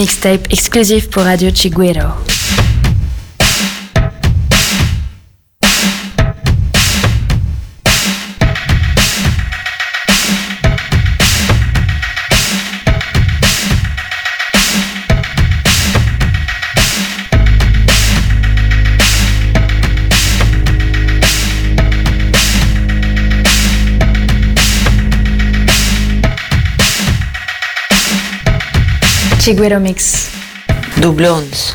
Mixtape exclusif pour Radio Chiguero. Chiguero Mix. Double 11.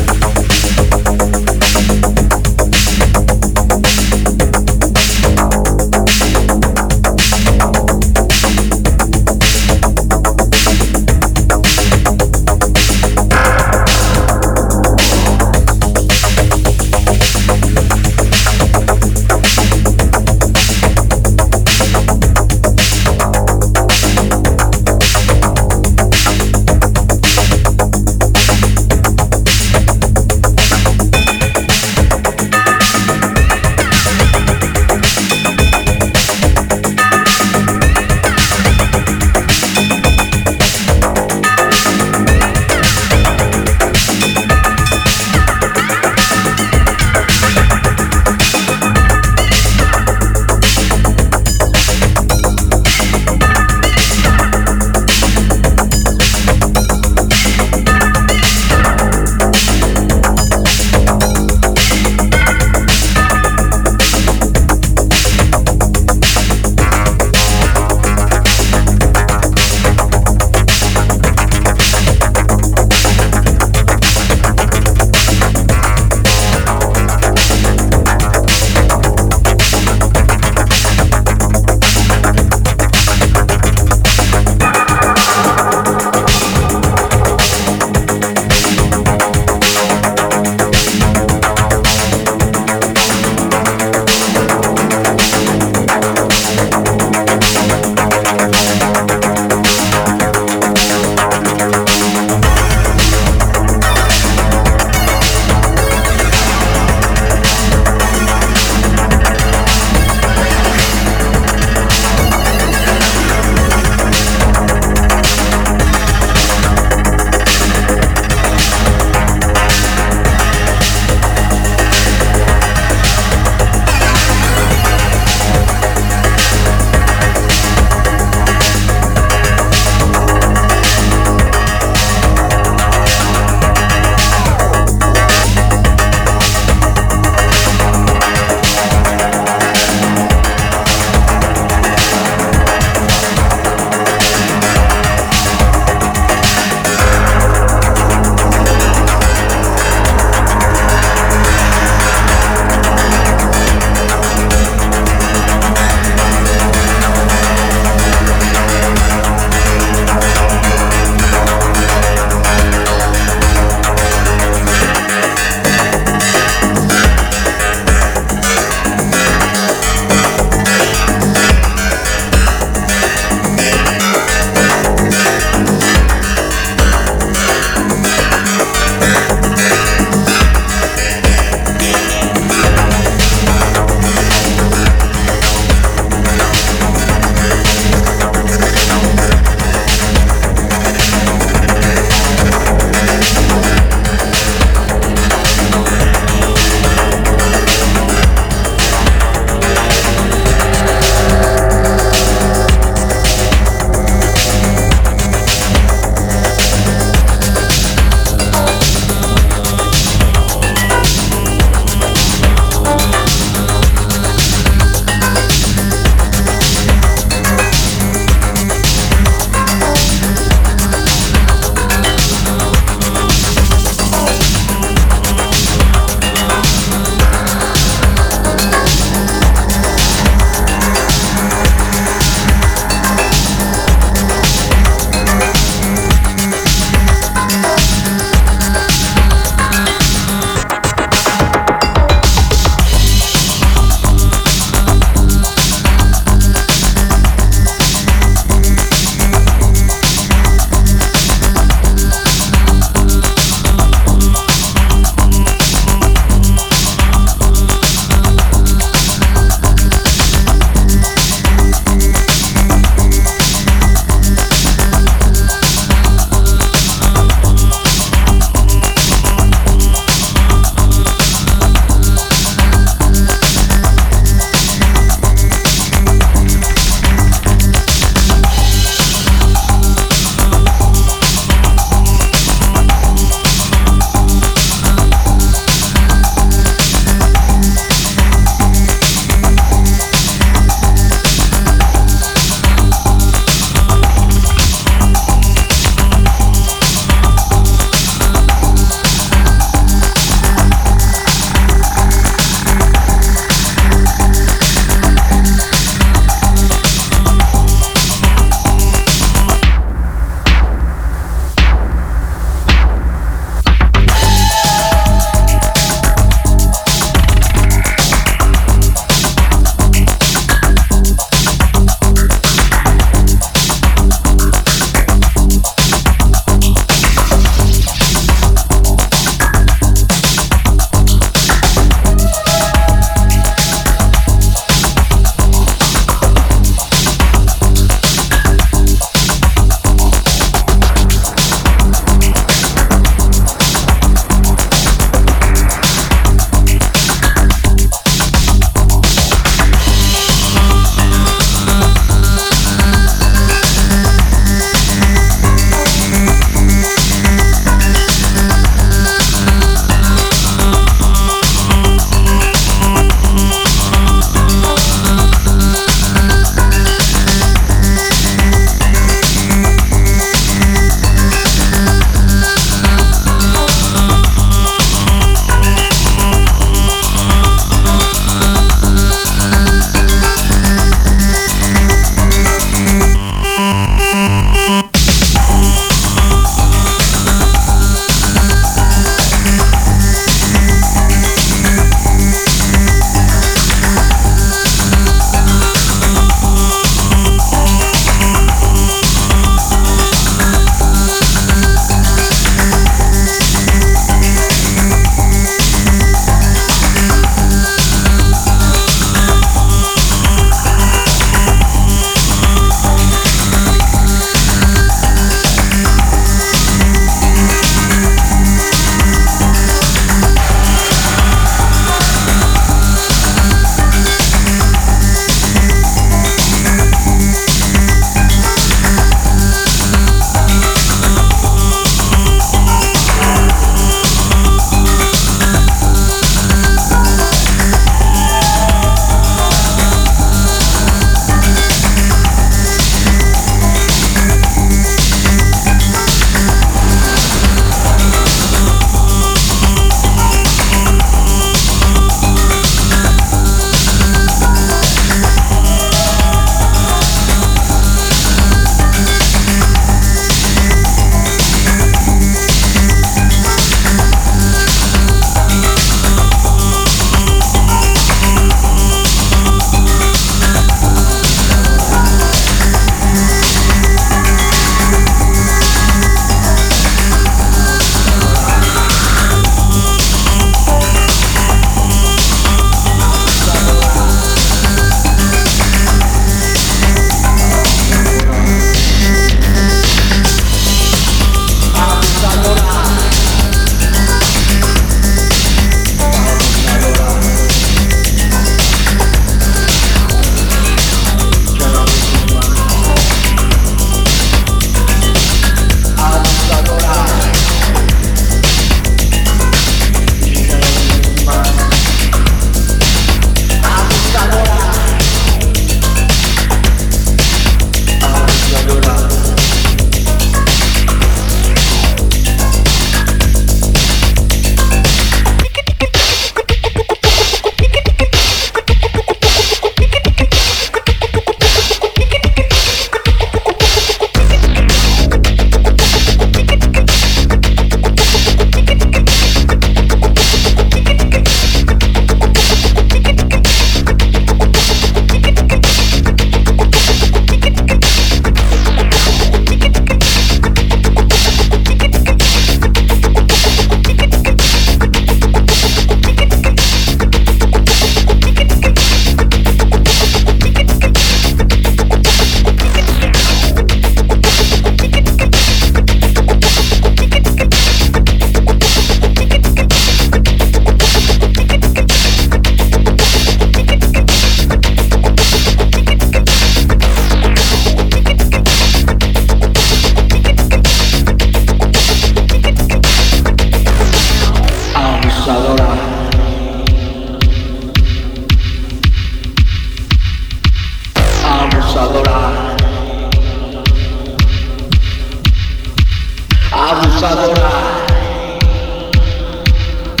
te adorar.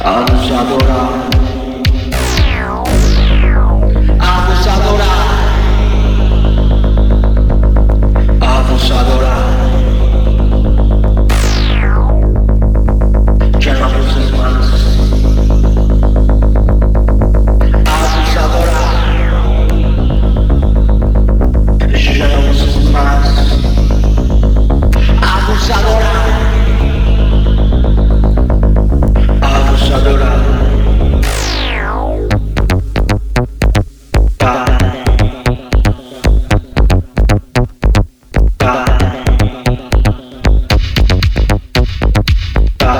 A vos adorar. A vos adorar. Lleva voces manos. A vos adorar. Lleva voces manos. A vos adorar. abusadora. Pa. Pa. Pa.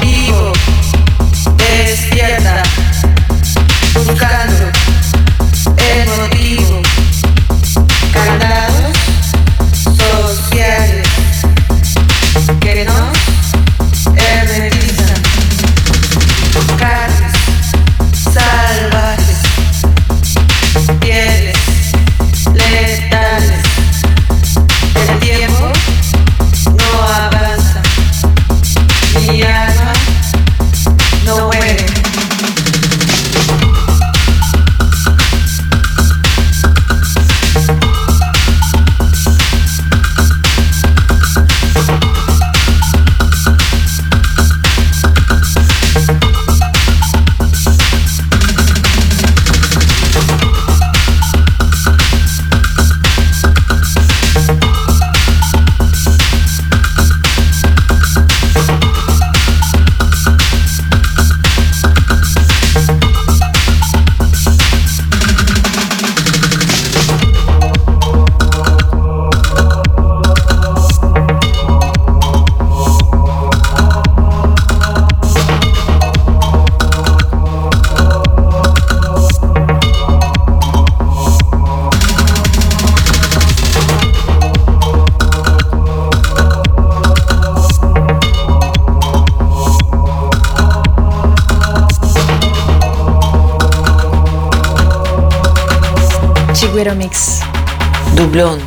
Vivo, despierta, buscando el motivo. Candados sociales que nos hermetizan. Carnes salvajes, pieles letales. El tiempo no avanza. Mi alma no muere. Chigüero Mix. Doublons.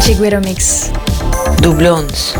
Chigüero Mix. Doublons.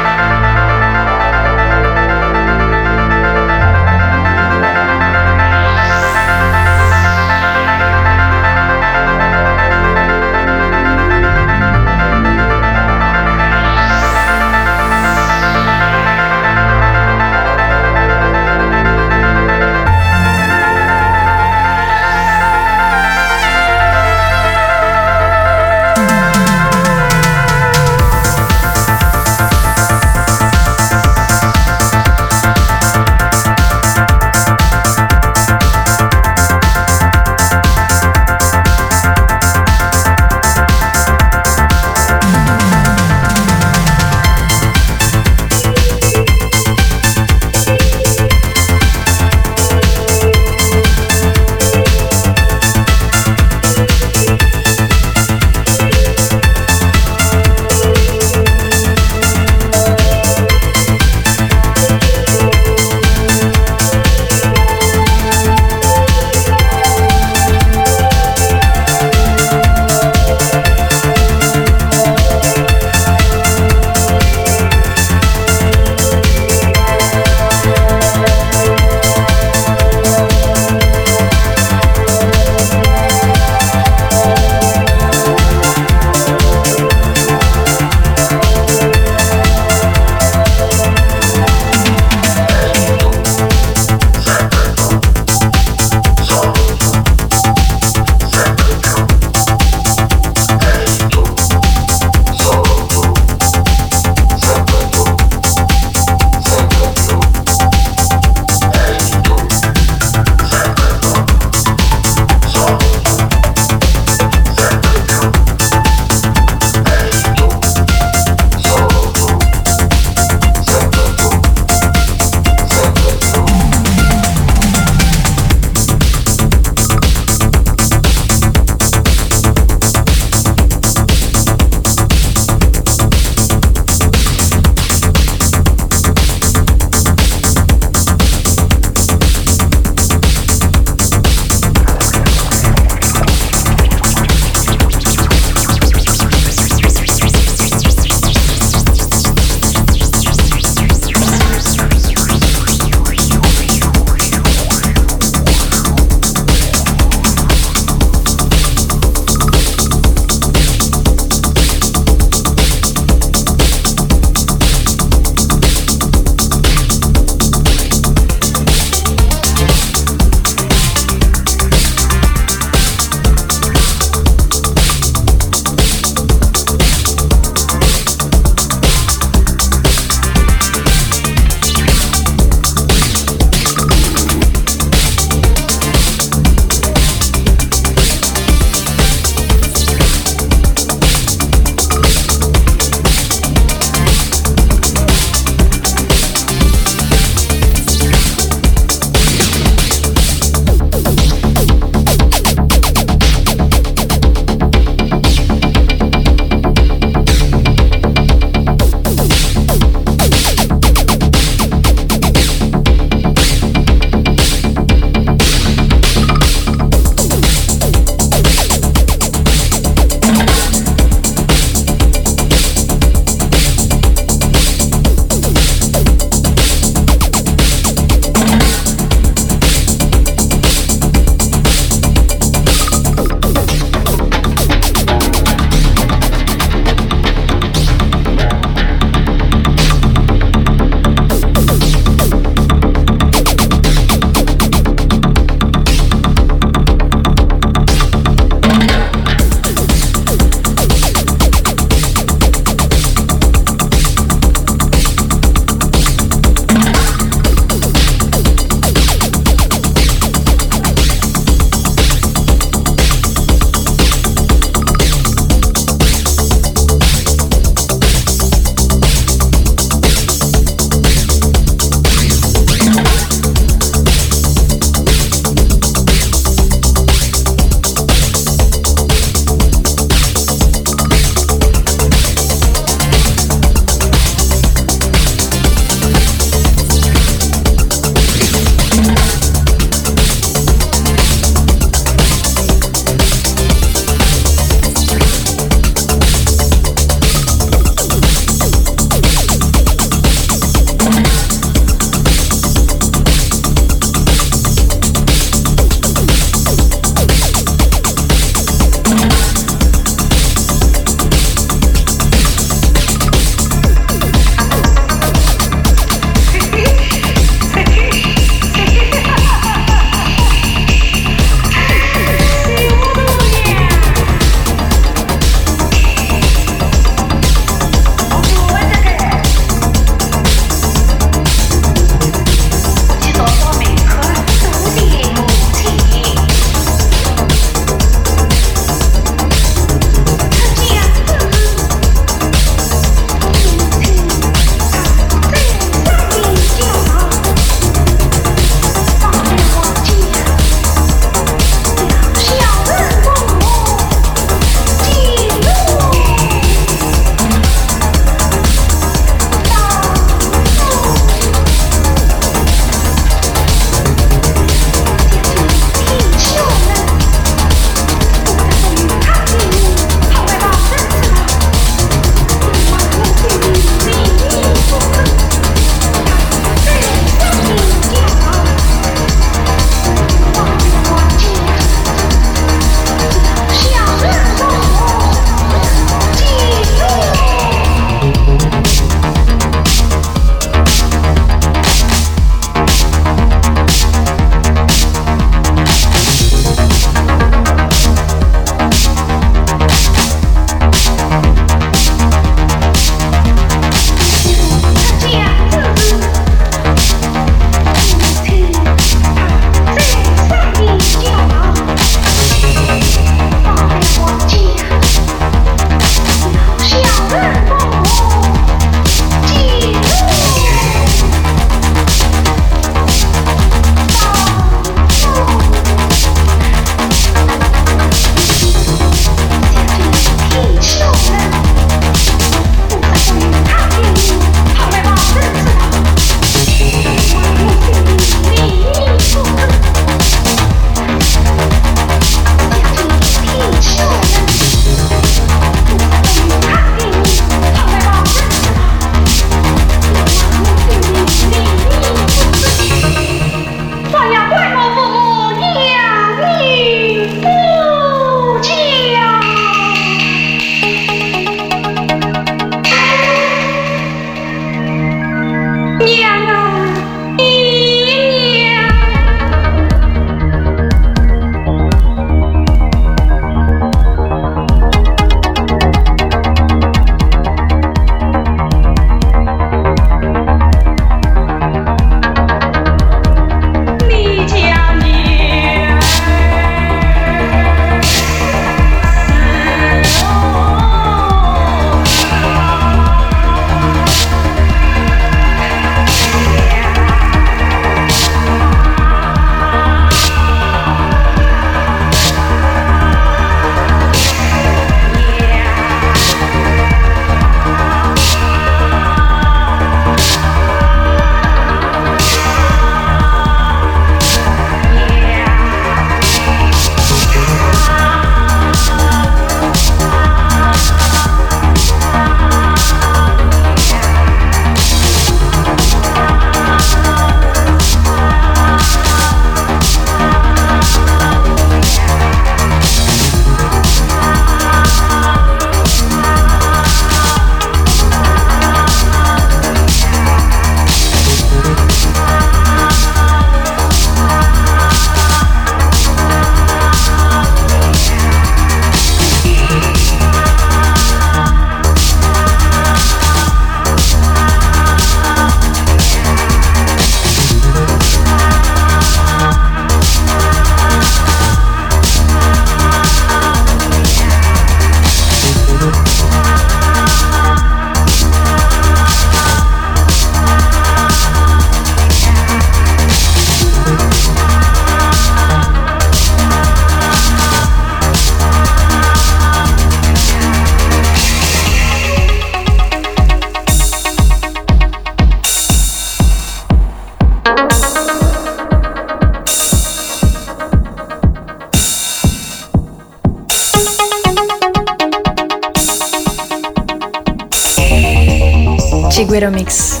Chigüero Mix.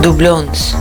Doublons.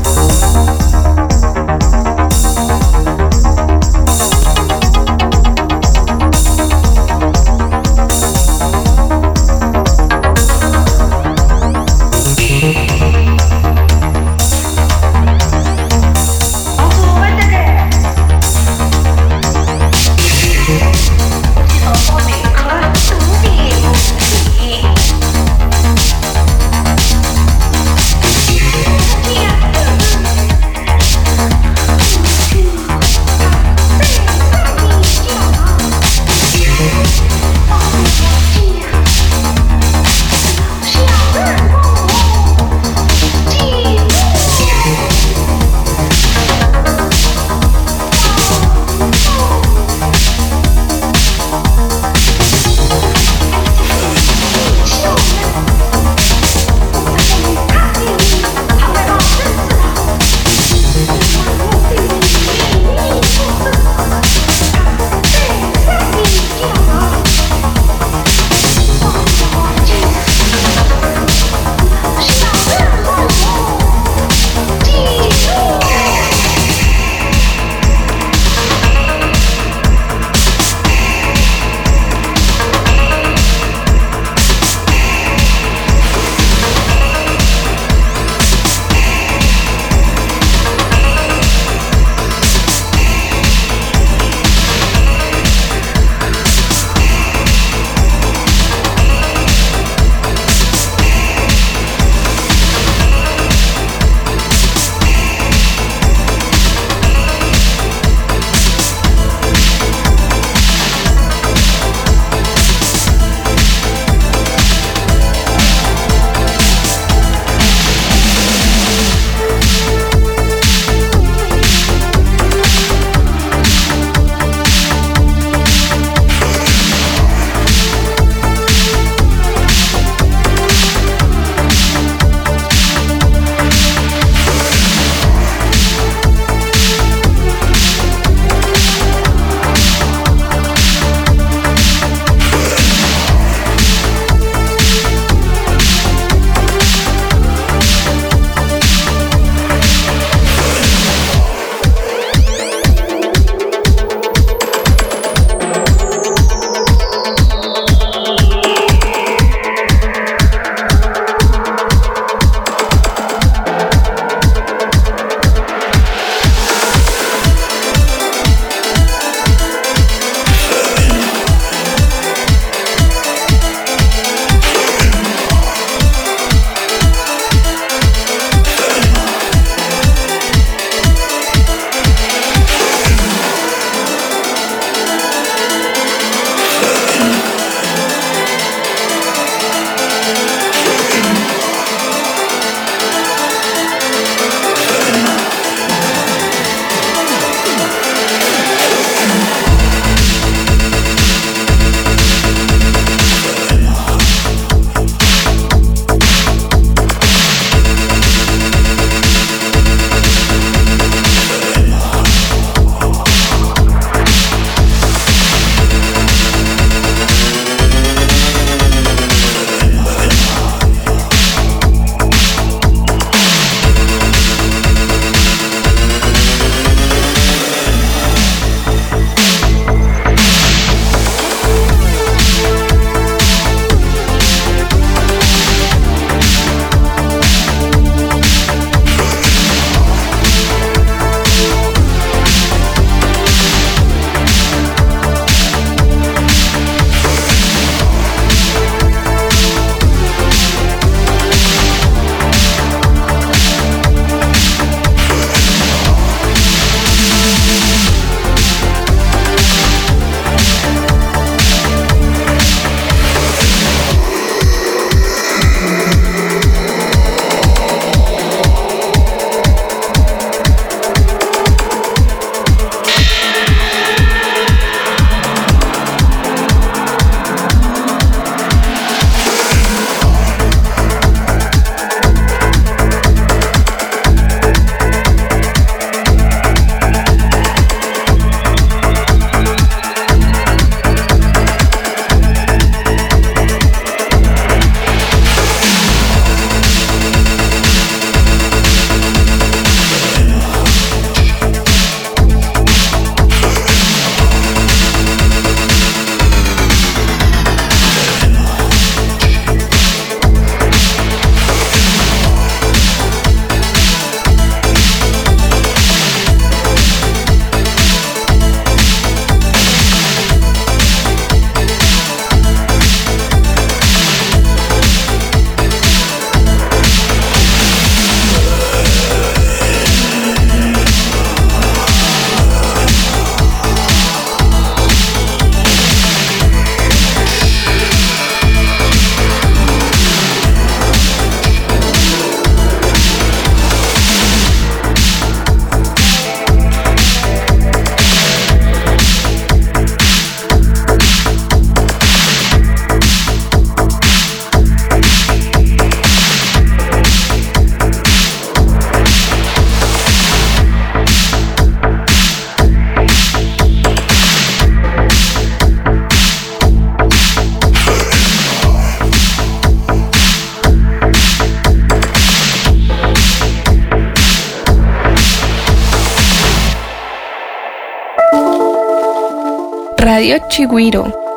Radio Chigüiro.